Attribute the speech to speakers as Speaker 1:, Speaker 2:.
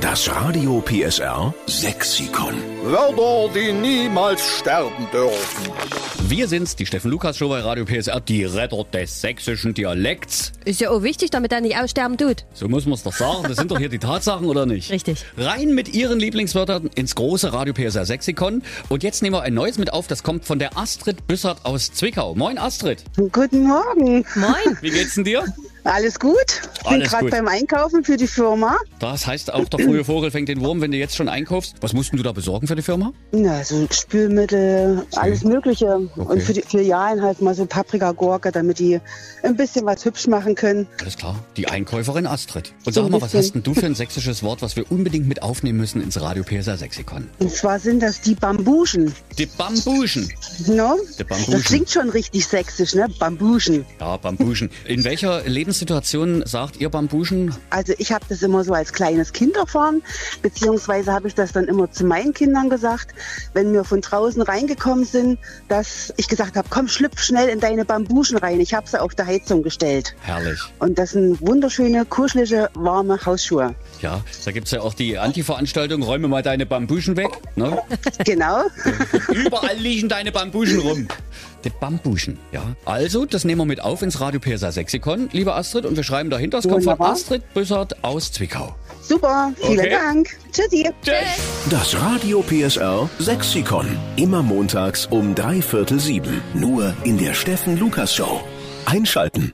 Speaker 1: Das Radio PSR Sexikon.
Speaker 2: Wörter, die niemals sterben dürfen.
Speaker 3: Wir sind's, die Steffen Lukas Show bei Radio PSR, die Retter des sächsischen Dialekts.
Speaker 4: Ist ja auch wichtig, damit er nicht aussterben tut.
Speaker 3: So muss man's doch sagen. Das sind doch hier die Tatsachen, oder nicht?
Speaker 4: Richtig.
Speaker 3: Rein mit Ihren Lieblingswörtern ins große Radio PSR Sexikon. Und jetzt nehmen wir ein neues mit auf, das kommt von der Astrid Büssert aus Zwickau. Moin Astrid,
Speaker 5: Guten Morgen.
Speaker 4: Moin.
Speaker 3: wie geht's denn dir?
Speaker 5: Alles gut? Ich bin
Speaker 3: Alles
Speaker 5: gerade
Speaker 3: gut.
Speaker 5: beim Einkaufen für die Firma.
Speaker 3: Das heißt auch, der frühe Vogel fängt den Wurm, wenn du jetzt schon einkaufst. Was mussten du da besorgen für die Firma?
Speaker 5: Na, so Spülmittel, alles Mögliche.
Speaker 3: Okay.
Speaker 5: Und für die Filialen halt mal so Paprika, Gurke, damit die ein bisschen was hübsch machen können.
Speaker 3: Alles klar, die Einkäuferin Astrid. Und
Speaker 5: So
Speaker 3: sag
Speaker 5: ein
Speaker 3: mal, was
Speaker 5: bisschen.
Speaker 3: hast denn du für ein sächsisches Wort, was wir unbedingt mit aufnehmen müssen ins Radio PSR Sexikon?
Speaker 5: Und zwar sind das die Bambuschen.
Speaker 3: Die Bambuschen.
Speaker 5: No?
Speaker 3: Die Bambuschen.
Speaker 5: Das klingt schon richtig sächsisch, ne? Bambuschen.
Speaker 3: Ja, Bambuschen. In welcher Lebenssituation sagt ihr Bambuschen?
Speaker 5: Also ich habe das immer so als kleines Kind erfahren, beziehungsweise habe ich das dann immer zu meinen Kindern gesagt, wenn wir von draußen reingekommen sind, dass ich gesagt habe, komm, schlüpf schnell in deine Bambuschen rein. Ich habe sie auf der Heizung gestellt.
Speaker 3: Herrlich.
Speaker 5: Und das sind wunderschöne, kuschelige, warme Hausschuhe.
Speaker 3: Ja, da gibt's ja auch die Anti-Veranstaltung, räume mal deine Bambuschen weg. Ne?
Speaker 5: Genau.
Speaker 3: Überall liegen deine Bambuschen rum. Die Bambuschen, ja. Also, das nehmen wir mit auf ins Radio PSA Sexikon, liebe Astrid. Und wir schreiben dahinter, es kommt von
Speaker 5: Wunderbar.
Speaker 3: Astrid Büssert aus Zwickau.
Speaker 5: Super. Vielen
Speaker 3: Okay.
Speaker 5: Dank. Tschüssi.
Speaker 1: Das Radio PSR Sexikon. Immer montags um drei Viertel sieben. Nur in der Steffen Lukas Show. Einschalten.